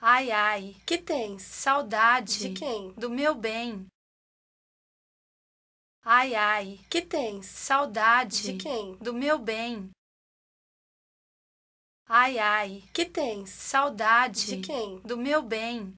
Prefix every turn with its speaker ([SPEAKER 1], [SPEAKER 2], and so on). [SPEAKER 1] Ai, ai,
[SPEAKER 2] Que tens?
[SPEAKER 1] saudade
[SPEAKER 2] De quem?
[SPEAKER 1] do meu bem. Ai, ai,
[SPEAKER 2] Que tens?
[SPEAKER 1] saudade
[SPEAKER 2] De quem?
[SPEAKER 1] do meu bem. Ai, ai,
[SPEAKER 2] Que tens?
[SPEAKER 1] saudade
[SPEAKER 2] De quem?
[SPEAKER 1] do meu bem.